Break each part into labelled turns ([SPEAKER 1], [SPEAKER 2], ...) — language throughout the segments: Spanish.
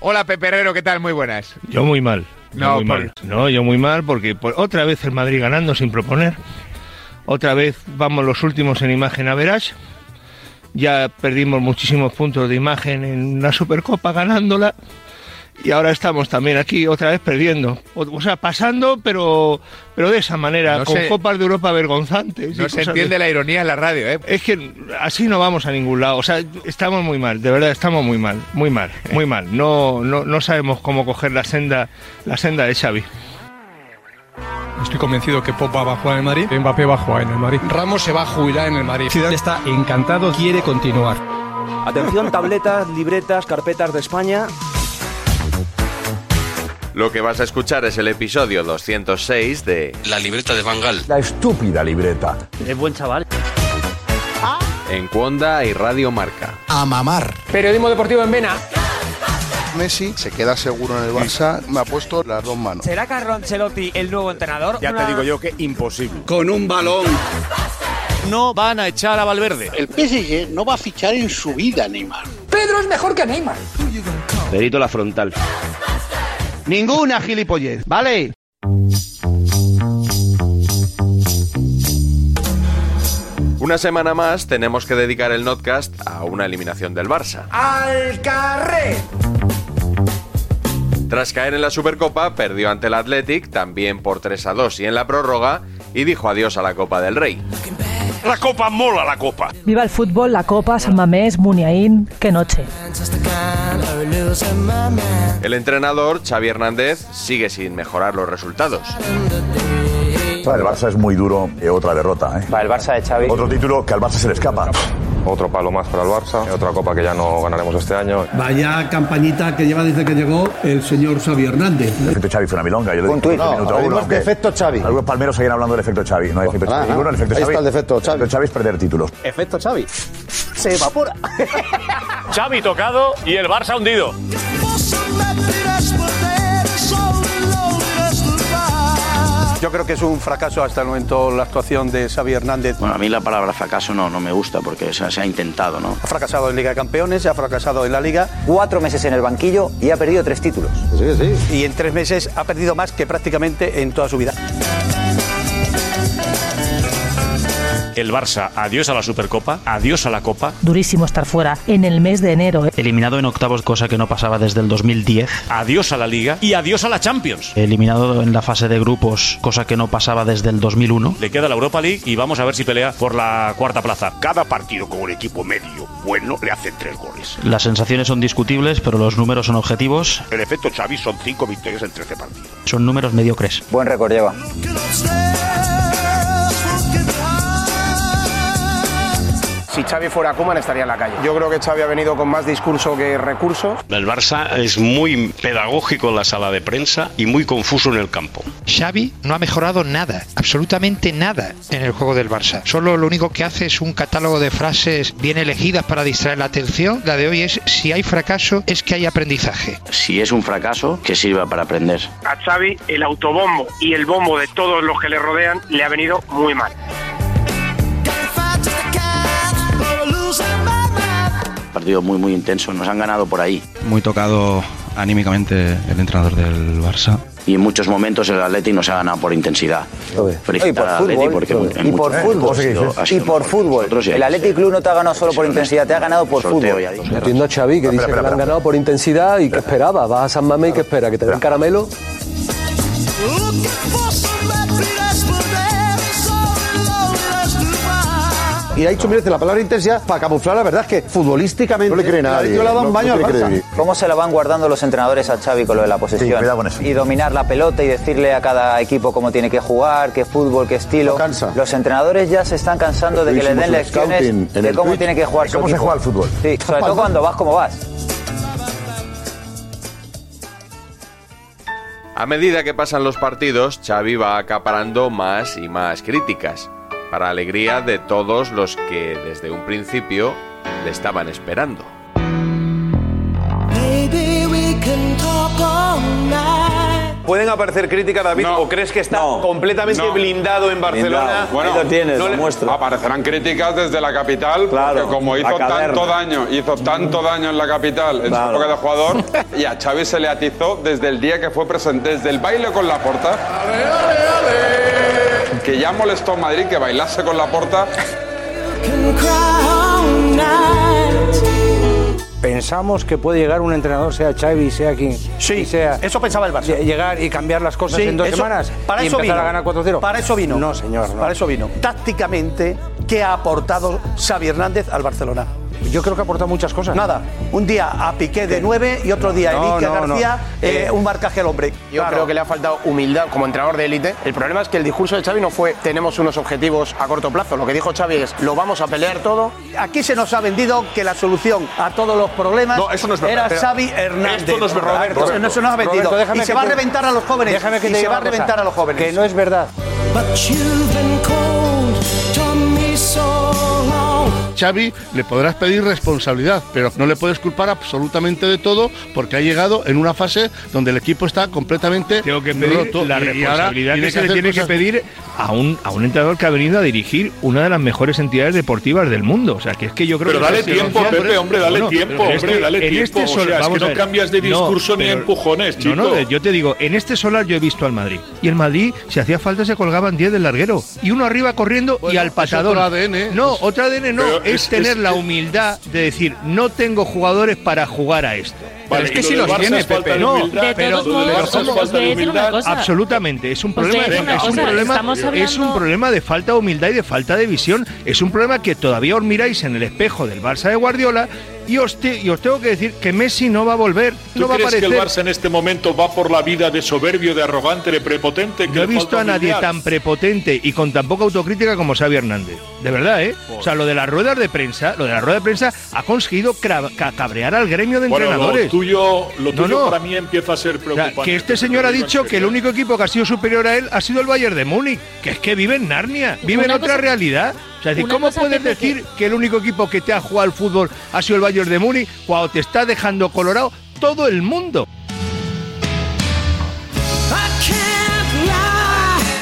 [SPEAKER 1] Hola, Pepe Herrero, ¿qué tal? Muy buenas.
[SPEAKER 2] Yo muy mal. Yo
[SPEAKER 1] No,
[SPEAKER 2] muy
[SPEAKER 1] por-
[SPEAKER 2] mal. No, yo muy mal porque por, otra vez el Madrid ganando sin proponer. Otra vez vamos los últimos en imagen a verás. Ya perdimos muchísimos puntos de imagen en la Supercopa ganándola. Y ahora estamos también aquí otra vez perdiendo. O, o sea, pasando, pero, pero de esa manera,
[SPEAKER 1] No
[SPEAKER 2] con
[SPEAKER 1] sé-
[SPEAKER 2] Copas de Europa vergonzantes. y
[SPEAKER 1] No se
[SPEAKER 2] cosas de-
[SPEAKER 1] entiende la ironía en la radio, ¿eh?
[SPEAKER 2] Es que así no vamos a ningún lado. O sea, estamos muy mal, de verdad, estamos muy mal, muy mal, muy mal. No, no, no sabemos cómo coger la senda, la senda de Xavi.
[SPEAKER 3] Estoy convencido que Popa va a jugar en el Madrid. Mbappé va a jugar en el Madrid. Ramos se va a jubilar en el Madrid. Ciudad está encantado, quiere continuar.
[SPEAKER 4] Atención, tabletas, libretas, carpetas de España.
[SPEAKER 5] Lo que vas a escuchar es el episodio 206 de
[SPEAKER 6] La libreta de Bangal.
[SPEAKER 4] La estúpida libreta.
[SPEAKER 5] Encuonda y Radio Marca.
[SPEAKER 4] Periodismo deportivo en Vena.
[SPEAKER 7] Messi se queda seguro en el Barça. Me ha puesto las dos manos.
[SPEAKER 4] ¿Será Carlo Ancelotti el nuevo entrenador?
[SPEAKER 8] Ya te digo yo que imposible.
[SPEAKER 3] Con un balón.
[SPEAKER 6] No van a echar a Valverde.
[SPEAKER 7] El PSG no va a fichar en su vida, Neymar.
[SPEAKER 4] Pedro es mejor que Neymar.
[SPEAKER 6] Perito la frontal.
[SPEAKER 3] Ninguna gilipollez, ¿vale?
[SPEAKER 5] Una semana más tenemos que dedicar el notcast a una eliminación del Barça.
[SPEAKER 4] Al carré.
[SPEAKER 5] Tras caer en la Supercopa, perdió ante el Athletic, también por 3 a 2 y en la prórroga, y dijo adiós a la Copa del Rey.
[SPEAKER 6] La copa mola, la copa.
[SPEAKER 9] Viva el fútbol, la Copa, San Mamés, Muniain, qué noche.
[SPEAKER 5] El entrenador, Xavi Hernández, sigue sin mejorar los resultados.
[SPEAKER 7] El Barça es muy duro y otra derrota.
[SPEAKER 4] Va el Barça de Xavi.
[SPEAKER 7] Otro título que al Barça se le escapa.
[SPEAKER 5] Otro palo más para el Barça, otra copa que ya no ganaremos este año.
[SPEAKER 3] Vaya campañita que lleva desde que llegó el señor Xavi Hernández.
[SPEAKER 7] efecto Xavi fue una milonga. Yo Un tuit. efecto Xavi. Algunos palmeros siguen hablando del efecto Xavi. No hay efecto Xavi. Ninguno del efecto Xavi. el efecto Xavi. es perder títulos.
[SPEAKER 4] Efecto Xavi. Se evapora.
[SPEAKER 6] Xavi tocado y el Barça hundido.
[SPEAKER 8] Yo creo que es un fracaso hasta el momento la actuación de Xavi Hernández.
[SPEAKER 4] Bueno, a mí la palabra fracaso no, no me gusta porque se, se ha intentado, ¿no?
[SPEAKER 8] Ha fracasado en Liga de Campeones, ha fracasado en la Liga
[SPEAKER 4] Cuatro meses en el banquillo y ha perdido tres títulos.
[SPEAKER 8] y en tres meses ha perdido más que prácticamente en toda su vida.
[SPEAKER 6] El Barça, adiós a la Supercopa, adiós a la Copa.
[SPEAKER 9] Durísimo estar fuera en el mes de enero. eh.
[SPEAKER 3] Eliminado en octavos, cosa que no pasaba desde el 2010.
[SPEAKER 6] Adiós a la Liga y adiós a la Champions.
[SPEAKER 3] Eliminado en la fase de grupos, cosa que no pasaba desde el 2001.
[SPEAKER 6] Le queda la Europa League y vamos a ver si pelea por la cuarta plaza.
[SPEAKER 8] Cada partido con un equipo medio bueno le hacen tres goles.
[SPEAKER 3] Las sensaciones son discutibles, pero los números son objetivos.
[SPEAKER 8] El efecto Xavi son cinco victorias en 13 partidos.
[SPEAKER 3] Son números mediocres.
[SPEAKER 4] Buen récord lleva.
[SPEAKER 8] Si Xavi fuera Kuman estaría en la calle. Yo creo que Xavi ha venido con más discurso que recursos.
[SPEAKER 6] El Barça es muy pedagógico en la sala de prensa y muy confuso en el campo.
[SPEAKER 3] Xavi no ha mejorado nada, absolutamente nada en el juego del Barça. Solo lo único que hace es un catálogo de frases bien elegidas para distraer la atención. La de hoy es si hay fracaso es que hay aprendizaje.
[SPEAKER 4] Si es un fracaso, que sirva para aprender.
[SPEAKER 6] A Xavi el autobombo y el bombo de todos los que le rodean le ha venido muy mal.
[SPEAKER 4] Partido muy, muy intenso. Nos han ganado por ahí.
[SPEAKER 3] Muy tocado anímicamente el entrenador del Barça.
[SPEAKER 10] y en muchos momentos el Atleti nos ha ganado por intensidad.
[SPEAKER 11] Y por
[SPEAKER 10] Felicitar al Atleti
[SPEAKER 11] fútbol.
[SPEAKER 10] porque en
[SPEAKER 11] y
[SPEAKER 10] muchos
[SPEAKER 11] por
[SPEAKER 10] momentos ha sido- ha
[SPEAKER 11] fútbol.
[SPEAKER 10] sido
[SPEAKER 11] Y por
[SPEAKER 10] mejor que
[SPEAKER 11] fútbol.
[SPEAKER 10] nosotros y ahí
[SPEAKER 11] El Athletic Club no te ha ganado solo por intensidad, te ha ganado por fútbol.
[SPEAKER 12] Entiendo a Xavi que dice que le han ganado por intensidad y que esperaba. Vas a San Mamé y que espera, que te den caramelo.
[SPEAKER 13] Y ha dicho, mírate, la palabra intensidad para camuflar la verdad es que futbolísticamente. No le cree
[SPEAKER 11] nadie,
[SPEAKER 13] Yo le ha dado
[SPEAKER 11] no-
[SPEAKER 13] un baño
[SPEAKER 11] no
[SPEAKER 13] al
[SPEAKER 11] te cree
[SPEAKER 13] Barça.
[SPEAKER 11] nadie. ¿Cómo se la van guardando los entrenadores a Xavi con lo
[SPEAKER 7] Pues
[SPEAKER 11] de la posesión?
[SPEAKER 13] Sí, cuidado con eso.
[SPEAKER 11] Y dominar la pelota y decirle a cada equipo cómo tiene que jugar, qué fútbol, qué estilo. Los entrenadores ya se están cansando de
[SPEAKER 7] Lo
[SPEAKER 11] que le den
[SPEAKER 7] hicimos en
[SPEAKER 11] lecciones
[SPEAKER 7] scouting, en
[SPEAKER 11] de
[SPEAKER 7] el
[SPEAKER 11] cómo
[SPEAKER 7] Twitch,
[SPEAKER 11] tiene que jugar
[SPEAKER 7] de
[SPEAKER 11] su
[SPEAKER 7] cómo se
[SPEAKER 11] equipo.
[SPEAKER 7] juega al fútbol.
[SPEAKER 11] Sí, sobre todo cuando vas como vas.
[SPEAKER 5] A medida que pasan los partidos, Xavi va acaparando más y más críticas, para alegría de todos los que desde un principio le estaban esperando.
[SPEAKER 14] ¿Pueden aparecer críticas, David? ¿O crees que está completamente blindado en Barcelona?
[SPEAKER 15] Bueno,
[SPEAKER 14] No le-
[SPEAKER 15] aparecerán críticas desde la capital, porque como hizo
[SPEAKER 14] la caverna.
[SPEAKER 15] tanto daño, hizo tanto daño en la capital en su época de jugador, y a Xavi se le atizó desde el día que fue presente, desde el baile con la porta. Que ya molestó a Madrid que bailase con la porta.
[SPEAKER 16] Pensamos que puede llegar un entrenador, sea Xavi, sea quien sí, sea.
[SPEAKER 8] Eso pensaba el Barça.
[SPEAKER 16] lle- Llegar y cambiar las cosas
[SPEAKER 8] Sí,
[SPEAKER 16] en dos
[SPEAKER 8] eso-
[SPEAKER 16] semanas
[SPEAKER 8] para
[SPEAKER 16] y
[SPEAKER 8] eso
[SPEAKER 16] empezar
[SPEAKER 8] vino.
[SPEAKER 16] a ganar 4-0.
[SPEAKER 8] Para eso vino.
[SPEAKER 16] No, señor, no.
[SPEAKER 8] Para eso vino. Tácticamente, ¿qué ha aportado Xavi Hernández al Barcelona?
[SPEAKER 16] Yo creo que aporta muchas cosas.
[SPEAKER 8] Nada. Un día a Piqué de 9 y otro día a
[SPEAKER 16] No,
[SPEAKER 8] Enrique
[SPEAKER 16] no, no.
[SPEAKER 8] García, eh,
[SPEAKER 16] Eh,
[SPEAKER 8] un marcaje al hombre.
[SPEAKER 17] Yo creo que le ha faltado humildad como entrenador de élite. El problema es que el discurso de Xavi no fue tenemos unos objetivos a corto plazo. Lo que dijo Xavi es lo vamos a pelear todo.
[SPEAKER 8] Aquí se nos ha vendido que la solución a todos los problemas
[SPEAKER 17] No, eso no es verdad.
[SPEAKER 8] era
[SPEAKER 17] Pero-
[SPEAKER 8] Xavi Hernández.
[SPEAKER 17] Esto no es verdad.
[SPEAKER 8] Roberto,
[SPEAKER 17] Roberto,
[SPEAKER 8] no se nos ha vendido.
[SPEAKER 16] Roberto, déjame
[SPEAKER 8] y se
[SPEAKER 16] que
[SPEAKER 8] va
[SPEAKER 16] te-
[SPEAKER 8] a reventar a los jóvenes.
[SPEAKER 16] Déjame que
[SPEAKER 8] y
[SPEAKER 16] te
[SPEAKER 8] se
[SPEAKER 16] diga
[SPEAKER 8] va a
[SPEAKER 16] una cosa,
[SPEAKER 8] reventar a los jóvenes.
[SPEAKER 16] Que no es verdad.
[SPEAKER 18] Xavi le podrás pedir responsabilidad, pero no le puedes culpar absolutamente de todo porque ha llegado en una fase donde el equipo está completamente
[SPEAKER 2] Tengo que pedir
[SPEAKER 18] roto
[SPEAKER 2] la
[SPEAKER 18] y- y ahora
[SPEAKER 2] responsabilidad que,
[SPEAKER 18] tiene
[SPEAKER 2] se le
[SPEAKER 18] hacer
[SPEAKER 2] tiene
[SPEAKER 18] cosas-
[SPEAKER 2] que pedir a un, a un entrenador que ha venido a dirigir una de las mejores entidades deportivas del mundo. O sea, que es que yo creo
[SPEAKER 19] Pero
[SPEAKER 2] que.
[SPEAKER 19] dale
[SPEAKER 2] se
[SPEAKER 19] tiempo,
[SPEAKER 2] pronuncia-
[SPEAKER 19] Pepe, hombre, dale
[SPEAKER 2] Bueno,
[SPEAKER 19] tiempo,
[SPEAKER 2] pero es
[SPEAKER 19] hombre,
[SPEAKER 2] que
[SPEAKER 19] dale
[SPEAKER 2] en
[SPEAKER 19] tiempo.
[SPEAKER 2] este
[SPEAKER 19] O sea,
[SPEAKER 2] solar-
[SPEAKER 19] es que
[SPEAKER 2] vamos
[SPEAKER 19] no
[SPEAKER 2] a ver.
[SPEAKER 19] cambias de discurso ni empujones,
[SPEAKER 2] No, no,
[SPEAKER 19] chico.
[SPEAKER 2] yo te digo, en este solar yo he visto al Madrid. Y el Madrid, si hacía falta, se colgaban 10 del larguero. Y uno arriba corriendo y al patadón.
[SPEAKER 18] otro ADN.
[SPEAKER 2] No,
[SPEAKER 19] Pues,
[SPEAKER 2] otra ADN no.
[SPEAKER 18] Pero
[SPEAKER 2] Es,
[SPEAKER 18] es-
[SPEAKER 2] tener
[SPEAKER 18] es-
[SPEAKER 2] la
[SPEAKER 18] es-
[SPEAKER 2] humildad de decir, no tengo jugadores para jugar a esto.
[SPEAKER 19] Vale, es que y lo sí del los Barça tiene, es falta Pepe. de
[SPEAKER 2] No,
[SPEAKER 19] humildad. De
[SPEAKER 2] pero,
[SPEAKER 19] todos modos, os- os voy a decir una cosa.
[SPEAKER 2] absolutamente. Es un
[SPEAKER 19] Os voy a
[SPEAKER 2] problema,
[SPEAKER 19] decir una
[SPEAKER 2] es un
[SPEAKER 19] cosa,
[SPEAKER 2] problema-
[SPEAKER 19] estamos
[SPEAKER 2] es un
[SPEAKER 19] hablando-
[SPEAKER 2] problema de falta de humildad y de falta de visión. Es un problema que todavía os miráis en el espejo del Barça de Guardiola y os, te- y os tengo que decir que Messi no va a volver,
[SPEAKER 19] ¿Tú
[SPEAKER 2] no va a
[SPEAKER 19] crees que
[SPEAKER 2] aparecer.
[SPEAKER 19] el Barça en este momento va por la vida de soberbio, de arrogante, de prepotente? Que
[SPEAKER 2] No he
[SPEAKER 19] le
[SPEAKER 2] visto
[SPEAKER 19] falta
[SPEAKER 2] a nadie
[SPEAKER 19] humildad?
[SPEAKER 2] tan prepotente y con tan poca autocrítica como Xavi Hernández. De verdad, ¿eh? O sea, lo de las ruedas de prensa, lo de la rueda de prensa ha conseguido cra- ca- cabrear al gremio de
[SPEAKER 19] Bueno, lo
[SPEAKER 2] entrenadores.
[SPEAKER 19] tuyo, lo
[SPEAKER 2] No,
[SPEAKER 19] tuyo
[SPEAKER 2] no.
[SPEAKER 19] para mí empieza a ser
[SPEAKER 2] O sea,
[SPEAKER 19] preocupante.
[SPEAKER 2] que este señor ha dicho que el único equipo que ha sido superior a él ha sido el Bayern de Múnich, que es que vive en Narnia, vive en
[SPEAKER 20] Una
[SPEAKER 2] otra
[SPEAKER 20] cosa-
[SPEAKER 2] realidad. O sea, es decir,
[SPEAKER 20] una
[SPEAKER 2] ¿cómo
[SPEAKER 20] cosa,
[SPEAKER 2] puedes
[SPEAKER 20] Pepe, que-
[SPEAKER 2] decir que el único equipo que te ha jugado al fútbol ha sido el Bayern de Múnich cuando te está dejando colorado todo el mundo?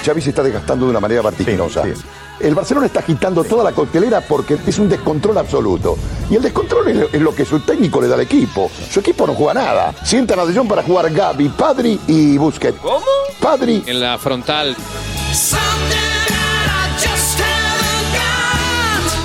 [SPEAKER 21] Xavi se está desgastando de una manera vertiginosa. El Barcelona está agitando toda la coctelera porque es un descontrol absoluto. Y el descontrol es lo, es lo que su técnico le da al equipo. Su equipo no juega nada. Sientan a De Jong para jugar Gaby, Padri y Busquets. ¿Cómo? Padri
[SPEAKER 22] En la frontal.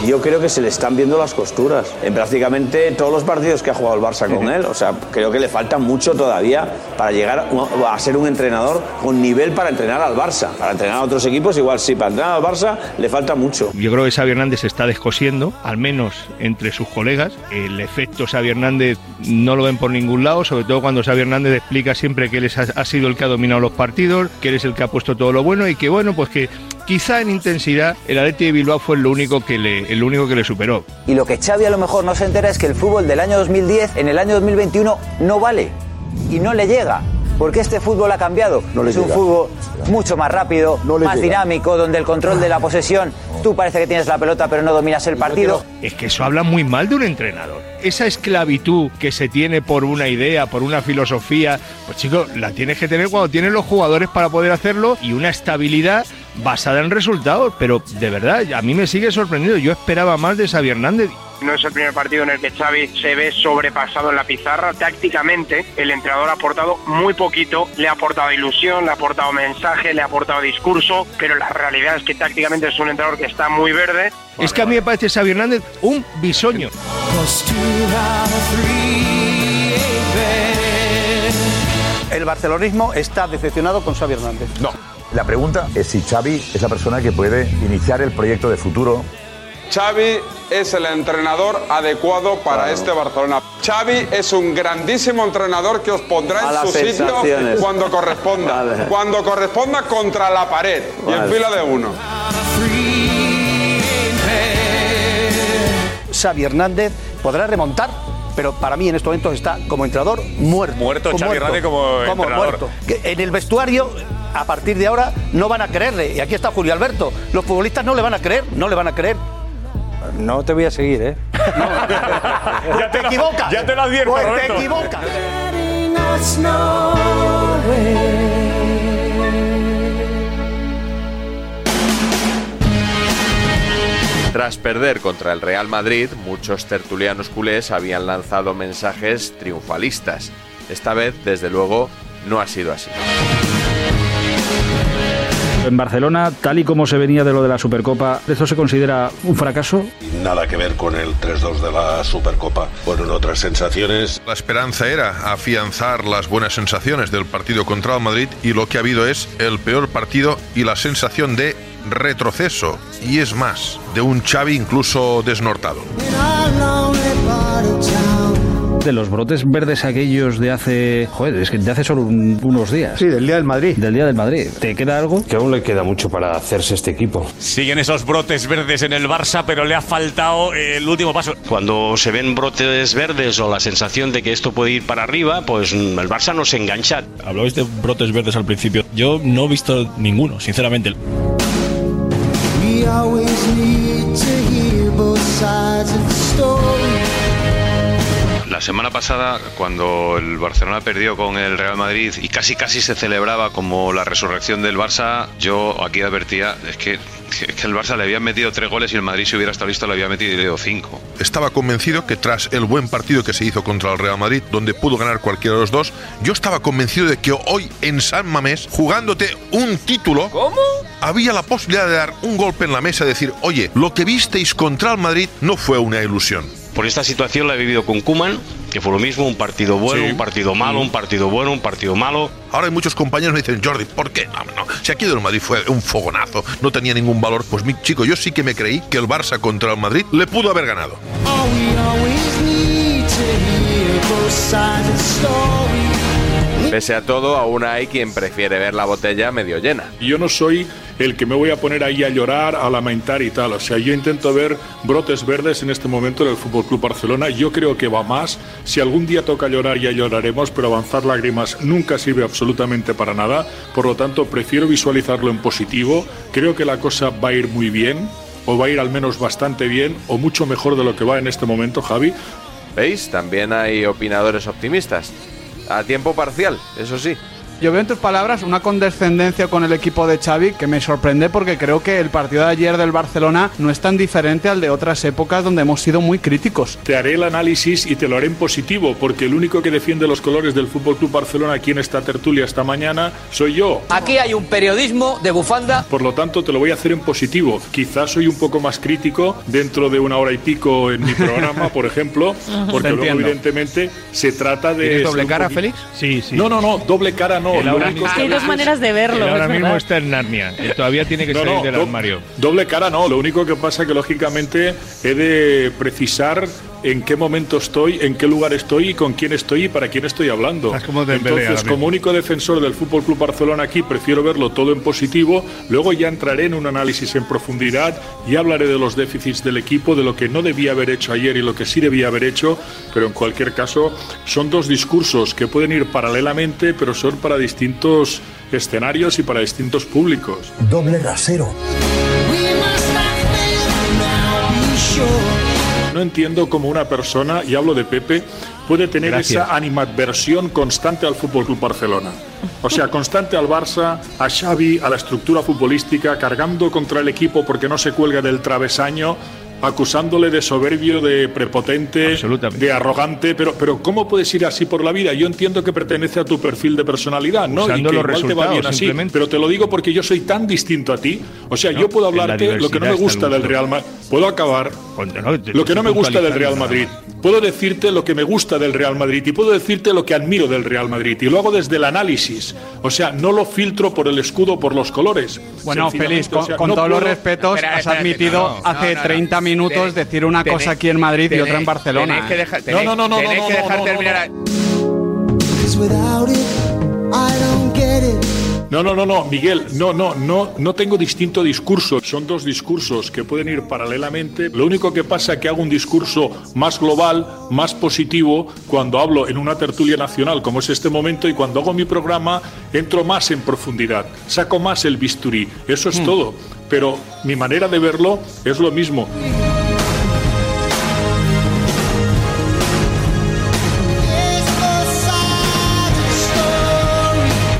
[SPEAKER 23] Yo creo que se le están viendo las costuras en prácticamente todos los partidos que ha jugado el Barça con él. O sea, creo que le falta mucho todavía para llegar a ser un entrenador con nivel para entrenar al Barça. Para entrenar a otros equipos igual sí, para entrenar al Barça le falta mucho.
[SPEAKER 2] Yo creo que Xavi Hernández se está descosiendo, al menos entre sus colegas. El efecto Xavi Hernández no lo ven por ningún lado, sobre todo cuando Xavi Hernández explica siempre que él es- ha sido el que ha dominado los partidos, que él es el que ha puesto todo lo bueno y que bueno, pues que quizá en intensidad el Atleti de Bilbao fue lo único que le, el único que le superó.
[SPEAKER 11] Y lo que Xavi a lo mejor no se entera es que el fútbol del año 2010 en el año 2021 no vale y no le llega. Porque este fútbol ha cambiado.
[SPEAKER 21] No le
[SPEAKER 11] es un
[SPEAKER 21] llega.
[SPEAKER 11] fútbol mucho más rápido,
[SPEAKER 21] le
[SPEAKER 11] más
[SPEAKER 21] llega.
[SPEAKER 11] dinámico, donde el control de la posesión, tú parece que tienes la pelota pero no dominas el partido.
[SPEAKER 2] Es que eso habla muy mal de un entrenador. Esa esclavitud que se tiene por una idea, por una filosofía, pues chicos, la tienes que tener cuando tienes los jugadores para poder hacerlo y una estabilidad basada en resultados. Pero de verdad, a mí me sigue sorprendido. Yo esperaba más de Xavi Hernández.
[SPEAKER 24] No es el primer partido en el que Xavi se ve sobrepasado en la pizarra. Tácticamente, el entrenador ha aportado muy poquito. Le ha aportado ilusión, le ha aportado mensaje, le ha aportado discurso, pero la realidad es que tácticamente es un entrenador que está muy verde.
[SPEAKER 2] Es que a mí me parece Xavi Hernández un bisoño.
[SPEAKER 8] El barcelonismo está decepcionado con Xavi Hernández.
[SPEAKER 25] No. La pregunta es si Xavi es la persona que puede iniciar el proyecto de futuro.
[SPEAKER 15] Xavi es el entrenador adecuado para este Barcelona. Xavi es un grandísimo entrenador que os pondrá
[SPEAKER 26] A
[SPEAKER 15] en
[SPEAKER 26] las
[SPEAKER 15] su sitio
[SPEAKER 26] sensaciones.
[SPEAKER 15] cuando corresponda.
[SPEAKER 26] Vale.
[SPEAKER 15] Cuando corresponda contra la pared y en
[SPEAKER 26] Vale.
[SPEAKER 15] fila de uno.
[SPEAKER 8] Xavi Hernández podrá remontar, pero para mí en estos momentos está como entrenador muerto.
[SPEAKER 27] Muerto Xavi Hernández como entrenador.
[SPEAKER 8] muerto. Que En el vestuario, a partir de ahora, no van a creerle. Y aquí está Julio Alberto. Los futbolistas no le van a creer, no le van a creer.
[SPEAKER 28] No te voy a seguir, ¿eh?
[SPEAKER 8] ya te, equivocas. Ya te lo advierto. Pues te equivocas.
[SPEAKER 5] Tras perder contra el Real Madrid, muchos tertulianos culés habían lanzado mensajes triunfalistas. Esta vez, desde luego, no ha sido así.
[SPEAKER 29] En Barcelona, tal y como se venía de lo de la Supercopa, ¿esto se considera un fracaso?
[SPEAKER 30] Nada que ver con el 3-2 de la Supercopa. Fueron otras sensaciones.
[SPEAKER 22] La esperanza era afianzar las buenas sensaciones del partido contra el Madrid y lo que ha habido es el peor partido y la sensación de retroceso. Y es más, de un Xavi incluso desnortado.
[SPEAKER 29] De los brotes verdes aquellos de hace. Joder, es que de hace solo un- unos días. Sí, del día del Madrid. Del día del Madrid. ¿Te queda algo? Que aún le queda mucho para hacerse este equipo.
[SPEAKER 27] Siguen esos brotes verdes en el Barça, pero le ha faltado eh, el último paso.
[SPEAKER 31] Cuando se ven brotes verdes o la sensación de que esto puede ir para arriba, pues mm, el Barça no se engancha.
[SPEAKER 32] Hablabais de brotes verdes al principio. Yo no he visto ninguno, sinceramente. We always need to hear both sides of the story.
[SPEAKER 6] La semana pasada, cuando el Barcelona perdió con el Real Madrid y casi casi se celebraba como la resurrección del Barça, yo aquí advertía, es que, es que el Barça le habían metido tres goles y el Madrid si hubiera estado listo le había metido cinco.
[SPEAKER 22] Estaba convencido que tras el buen partido que se hizo contra el Real Madrid, donde pudo ganar cualquiera de los dos, yo estaba convencido de que hoy en San Mamés, jugándote un título, había la posibilidad de dar un golpe en la mesa y decir, oye, lo que visteis contra el Madrid no fue una ilusión.
[SPEAKER 31] Por esta situación la he vivido con Kuman, que fue lo mismo, un partido bueno,
[SPEAKER 22] Sí. Mm.
[SPEAKER 31] un partido malo, un partido bueno, un partido malo.
[SPEAKER 22] Ahora hay muchos compañeros que me dicen, Jordi, ¿por qué? No, no, si aquí del Madrid fue un fogonazo, no tenía ningún valor. Pues mi chico, yo sí que me creí que el Barça contra el Madrid le pudo haber ganado.
[SPEAKER 32] All we always need to hear both sides of the story.
[SPEAKER 5] Pese a todo, aún hay quien prefiere ver la botella medio llena.
[SPEAKER 19] Yo no soy el que me voy a poner ahí a llorar, a lamentar y tal. O sea, yo intento ver brotes verdes en este momento del Fútbol Club Barcelona. Yo creo que va más. Si algún día toca llorar, ya lloraremos, pero avanzar lágrimas nunca sirve absolutamente para nada. Por lo tanto, prefiero visualizarlo en positivo. Creo que la cosa va a ir muy bien, o va a ir al menos bastante bien, o mucho mejor de lo que va en este momento, Javi.
[SPEAKER 5] ¿Veis? También hay opinadores optimistas. A tiempo parcial, eso sí.
[SPEAKER 33] Yo veo en tus palabras una condescendencia con el equipo de Xavi que me sorprende porque creo que el partido de ayer del Barcelona no es tan diferente al de otras épocas donde hemos sido muy críticos.
[SPEAKER 19] Te haré el análisis y te lo haré en positivo, porque el único que defiende los colores del Fútbol Club Barcelona aquí en esta tertulia esta mañana soy yo.
[SPEAKER 34] Aquí hay un periodismo de bufanda.
[SPEAKER 19] Por lo tanto, te lo voy a hacer en positivo. Quizás soy un poco más crítico dentro de una hora y pico en mi programa, por ejemplo, porque
[SPEAKER 2] Te
[SPEAKER 19] luego,
[SPEAKER 2] entiendo.
[SPEAKER 19] evidentemente, se trata de.
[SPEAKER 2] ¿Tienes doble
[SPEAKER 19] ser un
[SPEAKER 2] cara,
[SPEAKER 19] poquito-
[SPEAKER 2] Félix? Sí, sí.
[SPEAKER 19] No, no, no, doble cara no.
[SPEAKER 2] Él
[SPEAKER 19] Lo
[SPEAKER 2] ahora
[SPEAKER 19] único
[SPEAKER 2] mismo-
[SPEAKER 19] que
[SPEAKER 2] Hay
[SPEAKER 19] a
[SPEAKER 2] dos
[SPEAKER 19] veces-
[SPEAKER 2] maneras de verlo, Él ahora es mismo verdad. está en Narnia. Él todavía tiene que salir del
[SPEAKER 19] do-
[SPEAKER 2] armario.
[SPEAKER 19] Doble cara no, lo único que pasa que lógicamente he de precisar en qué momento estoy, en qué lugar estoy y con quién estoy y para quién estoy hablando.
[SPEAKER 2] Estás como Dembélé ahora
[SPEAKER 19] Entonces,
[SPEAKER 2] mismo.
[SPEAKER 19] como único defensor del Fútbol Club Barcelona aquí, prefiero verlo todo en positivo. Luego ya entraré en un análisis en profundidad y hablaré de los déficits del equipo, de lo que no debía haber hecho ayer y lo que sí debía haber hecho. Pero en cualquier caso, son dos discursos que pueden ir paralelamente, pero son para distintos escenarios y para distintos públicos.
[SPEAKER 32] Doble rasero. We must not fail now, be sure.
[SPEAKER 19] No entiendo cómo una persona, y hablo de Pepe, puede tener
[SPEAKER 2] Gracias.
[SPEAKER 19] esa animadversión constante al Fútbol Club Barcelona. O sea, constante al Barça, a Xavi, a la estructura futbolística, cargando contra el equipo porque no se cuelga del travesaño. acusándole de soberbio, de prepotente, de arrogante. Pero, pero ¿cómo puedes ir así por la vida? Yo entiendo que pertenece a tu perfil de personalidad, ¿no?
[SPEAKER 2] Usando
[SPEAKER 19] y
[SPEAKER 2] los
[SPEAKER 19] que igual te va
[SPEAKER 2] resultados,
[SPEAKER 19] bien así.
[SPEAKER 2] simplemente.
[SPEAKER 19] Pero te lo digo porque yo soy tan distinto a ti. O sea,
[SPEAKER 2] No,
[SPEAKER 19] yo puedo
[SPEAKER 2] en la
[SPEAKER 19] hablarte lo que
[SPEAKER 2] diversidad
[SPEAKER 19] no me
[SPEAKER 2] está el
[SPEAKER 19] gusta del
[SPEAKER 2] gusto.
[SPEAKER 19] Real Madrid. Puedo acabar. Lo que no me gusta del Real Madrid. Puedo decirte lo que me gusta del Real Madrid y puedo decirte lo que admiro del Real Madrid. Y lo hago desde el análisis. O sea, no lo filtro por el escudo, por los colores.
[SPEAKER 35] Bueno,
[SPEAKER 19] Sencillamente,
[SPEAKER 35] Félix, con,
[SPEAKER 19] o sea,
[SPEAKER 35] con
[SPEAKER 19] no
[SPEAKER 35] todos los
[SPEAKER 19] puedo-
[SPEAKER 35] respetos,
[SPEAKER 19] Espera,
[SPEAKER 35] has
[SPEAKER 19] espérate,
[SPEAKER 35] admitido
[SPEAKER 19] no, no,
[SPEAKER 35] hace
[SPEAKER 19] no, no.
[SPEAKER 35] 30 minutos decir una
[SPEAKER 9] Tenéis-
[SPEAKER 35] cosa aquí en Madrid y otra en
[SPEAKER 9] tenéis-
[SPEAKER 35] Barcelona.
[SPEAKER 9] tenéis que
[SPEAKER 35] ¿eh?
[SPEAKER 9] dejar- tenéis- tenéis que dejar terminar a-
[SPEAKER 19] No, no, no, no, Miguel, no, no, no, no tengo distinto discurso. Son dos discursos que pueden ir paralelamente. Lo único que pasa es que hago un discurso más global, más positivo, cuando hablo en una tertulia nacional como es este momento y cuando hago mi programa entro más en profundidad, saco más el bisturí. Eso es todo. Pero mi manera de verlo es lo mismo.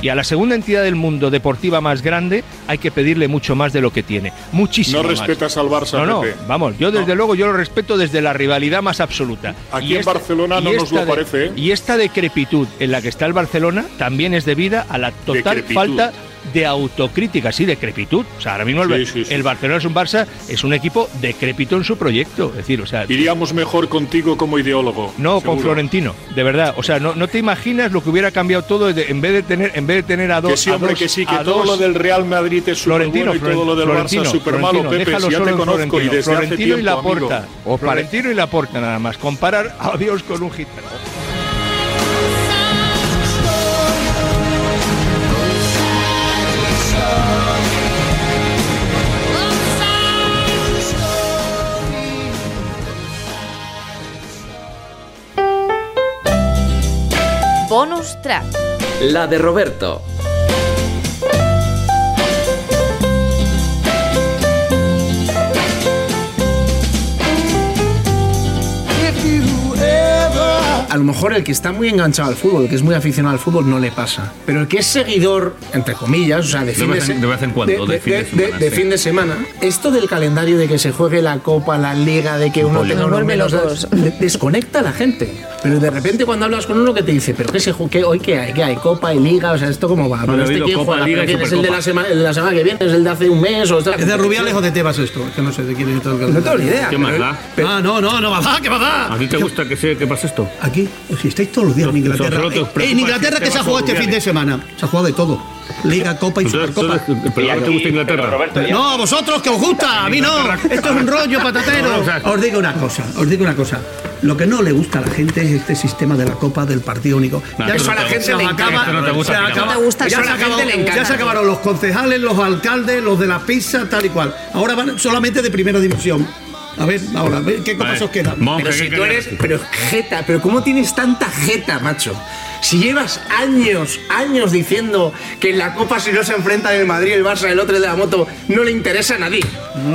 [SPEAKER 2] Y a la segunda entidad del mundo deportiva más grande hay que pedirle mucho más de lo que tiene. Muchísimo
[SPEAKER 19] No
[SPEAKER 2] más.
[SPEAKER 19] respetas al Barça,
[SPEAKER 2] No, no,
[SPEAKER 19] Pepe.
[SPEAKER 2] vamos, yo desde luego yo lo respeto desde la rivalidad más absoluta.
[SPEAKER 19] Ah. Aquí en Barcelona no
[SPEAKER 2] y
[SPEAKER 19] nos
[SPEAKER 2] esta
[SPEAKER 19] lo
[SPEAKER 2] de-
[SPEAKER 19] parece, ¿eh?
[SPEAKER 2] Y esta decrepitud en la que está el Barcelona también es debida a la total
[SPEAKER 19] Decrepitud.
[SPEAKER 2] falta de autocrítica, sí, decrepitud. O sea, ahora mismo el, Bar- el Barcelona es un Barça, es un equipo decrépito en su proyecto. Es decir, o sea,
[SPEAKER 19] Iríamos mejor contigo como ideólogo.
[SPEAKER 2] no, con
[SPEAKER 19] seguro.
[SPEAKER 2] Florentino, de verdad. O sea, no, no te imaginas lo que hubiera cambiado todo desde- en vez de tener, en vez de tener a dos.
[SPEAKER 19] Que sí,
[SPEAKER 2] a
[SPEAKER 19] hombre,
[SPEAKER 2] dos-
[SPEAKER 19] que sí, que
[SPEAKER 2] a
[SPEAKER 19] todo
[SPEAKER 2] dos-
[SPEAKER 19] lo del Real Madrid es
[SPEAKER 2] Florentino,
[SPEAKER 19] superbueno y todo lo del
[SPEAKER 2] Florentino,
[SPEAKER 19] Barça es supermalo,
[SPEAKER 2] Florentino,
[SPEAKER 19] Pepe,
[SPEAKER 2] déjalo
[SPEAKER 19] si ya
[SPEAKER 2] solo
[SPEAKER 19] te
[SPEAKER 2] en
[SPEAKER 19] conozco
[SPEAKER 2] Florentino.
[SPEAKER 19] y desde hace
[SPEAKER 2] Florentino y
[SPEAKER 19] tiempo,
[SPEAKER 2] Laporta.
[SPEAKER 19] amigo.
[SPEAKER 2] O Florentino y Laporta nada más. Comparar a Dios con un gitano.
[SPEAKER 3] Bonus track.
[SPEAKER 36] La de Roberto.
[SPEAKER 4] A lo mejor el que está muy enganchado al fútbol, el que es muy aficionado al fútbol, no le pasa. Pero el que es seguidor, entre comillas, o sea, de
[SPEAKER 8] De
[SPEAKER 4] fin
[SPEAKER 8] vez en-
[SPEAKER 4] se-
[SPEAKER 8] de vez en cuando, de fin de semana, sí.
[SPEAKER 4] fin de semana, esto del calendario de que se juegue la Copa, la Liga, de que uno
[SPEAKER 8] Pollo.
[SPEAKER 4] tenga
[SPEAKER 8] Nos
[SPEAKER 4] unos
[SPEAKER 8] vuelve
[SPEAKER 4] menos,
[SPEAKER 8] locos.
[SPEAKER 4] de- desconecta a la gente. Pero de repente cuando hablas con uno que te dice, pero qué se juega, hoy qué hay, qué hay, Copa y Liga, o sea, esto cómo va.
[SPEAKER 8] No,
[SPEAKER 4] pero
[SPEAKER 8] he
[SPEAKER 4] este
[SPEAKER 8] oído
[SPEAKER 4] quién
[SPEAKER 8] Copa,
[SPEAKER 4] juega,
[SPEAKER 8] Liga
[SPEAKER 4] ¿Pero
[SPEAKER 8] y
[SPEAKER 4] quién es el de la
[SPEAKER 8] Supercopa.
[SPEAKER 4] semana, el de la semana que viene, es el de hace un mes, o está-
[SPEAKER 8] ¿Es de Rubiales o de Tebas esto? Que no sé de quién es todo el
[SPEAKER 4] No tengo ni idea,
[SPEAKER 8] ¿Qué
[SPEAKER 4] pero-
[SPEAKER 8] más da?
[SPEAKER 4] Ah, no, no, no, va a dar, que va a dar.
[SPEAKER 8] ¿A ti te gusta que sea que pase esto?
[SPEAKER 4] Aquí
[SPEAKER 8] Estáis todos los días en Inglaterra. En Inglaterra que se ha jugado este fin de semana. Se ha jugado de todo. Liga, Copa y Supercopa. eh, Pero no te gusta Inglaterra. No, a vosotros que os gusta, a mí no. Esto es un rollo patatero. Os digo una cosa, os digo una cosa. Lo que no le gusta a la gente es este sistema de la copa del partido único. No, Ya esto se no te acaba- gusta. Esto no te gusta, se Pilar. acaba- No te gusta, ya eso se a la acabó- gente le encanta. Ya se acabaron los concejales, los alcaldes, los de la pizza, tal y cual. Ahora van solamente de primera división. A ver, ahora, a ver qué copas
[SPEAKER 4] Vale.
[SPEAKER 8] os quedan.
[SPEAKER 4] Monje, Pero si ¿qué tú querías? eres- pero jeta, pero ¿cómo tienes tanta jeta, macho? Si llevas años, años diciendo que en la Copa si no se enfrentan el Madrid, el Barça, el otro el de la moto, no le interesa a nadie.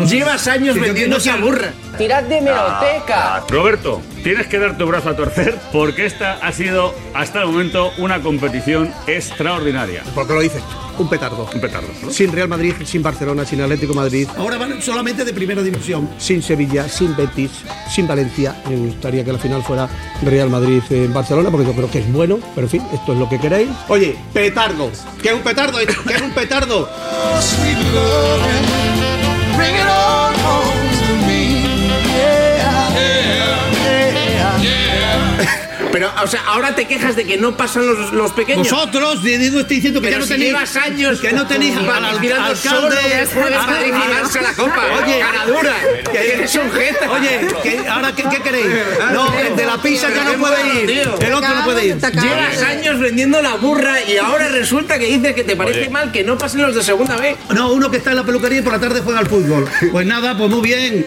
[SPEAKER 4] llevas años
[SPEAKER 8] que yo
[SPEAKER 4] vendiendo esa burra.
[SPEAKER 36] Tirad de
[SPEAKER 4] hemeroteca.
[SPEAKER 10] Roberto, tienes que dar tu brazo a torcer porque esta ha sido hasta el momento una competición extraordinaria. ¿Por qué lo dices? Un petardo. Un petardo.
[SPEAKER 8] Sin Real Madrid, sin Barcelona, sin Atlético Madrid. Ahora van solamente de primera división. Sin Sevilla, sin Betis, sin Valencia. Me gustaría que la final fuera Real Madrid en Barcelona porque yo creo que es bueno, pero en fin, esto es lo que queréis. Oye, petardo. ¿Qué es un petardo? ¿Qué es un petardo?
[SPEAKER 4] Pero, o sea, ahora te quejas de que no pasan los, los pequeños.
[SPEAKER 8] Vosotros, Diego, estoy diciendo que
[SPEAKER 4] Pero
[SPEAKER 8] ya no
[SPEAKER 4] si
[SPEAKER 8] tenéis.
[SPEAKER 4] llevas años
[SPEAKER 8] que no tenéis al, al,
[SPEAKER 4] tirando
[SPEAKER 8] alcalde.
[SPEAKER 4] solo los jueves
[SPEAKER 8] al-
[SPEAKER 4] para ir a darse la copa,
[SPEAKER 8] Oye,
[SPEAKER 4] caradura, que eres un jeta.
[SPEAKER 8] Oye, que, ahora qué, qué queréis? No, el de la pizza ya no puede ir. El otro no puede ir.
[SPEAKER 4] Llevas años vendiendo la burra y ahora resulta que dices que te parece
[SPEAKER 8] Oye.
[SPEAKER 4] mal que no pasen los de segunda vez.
[SPEAKER 8] No, uno que está en la peluquería y por la tarde juega al fútbol. Pues nada, pues muy bien.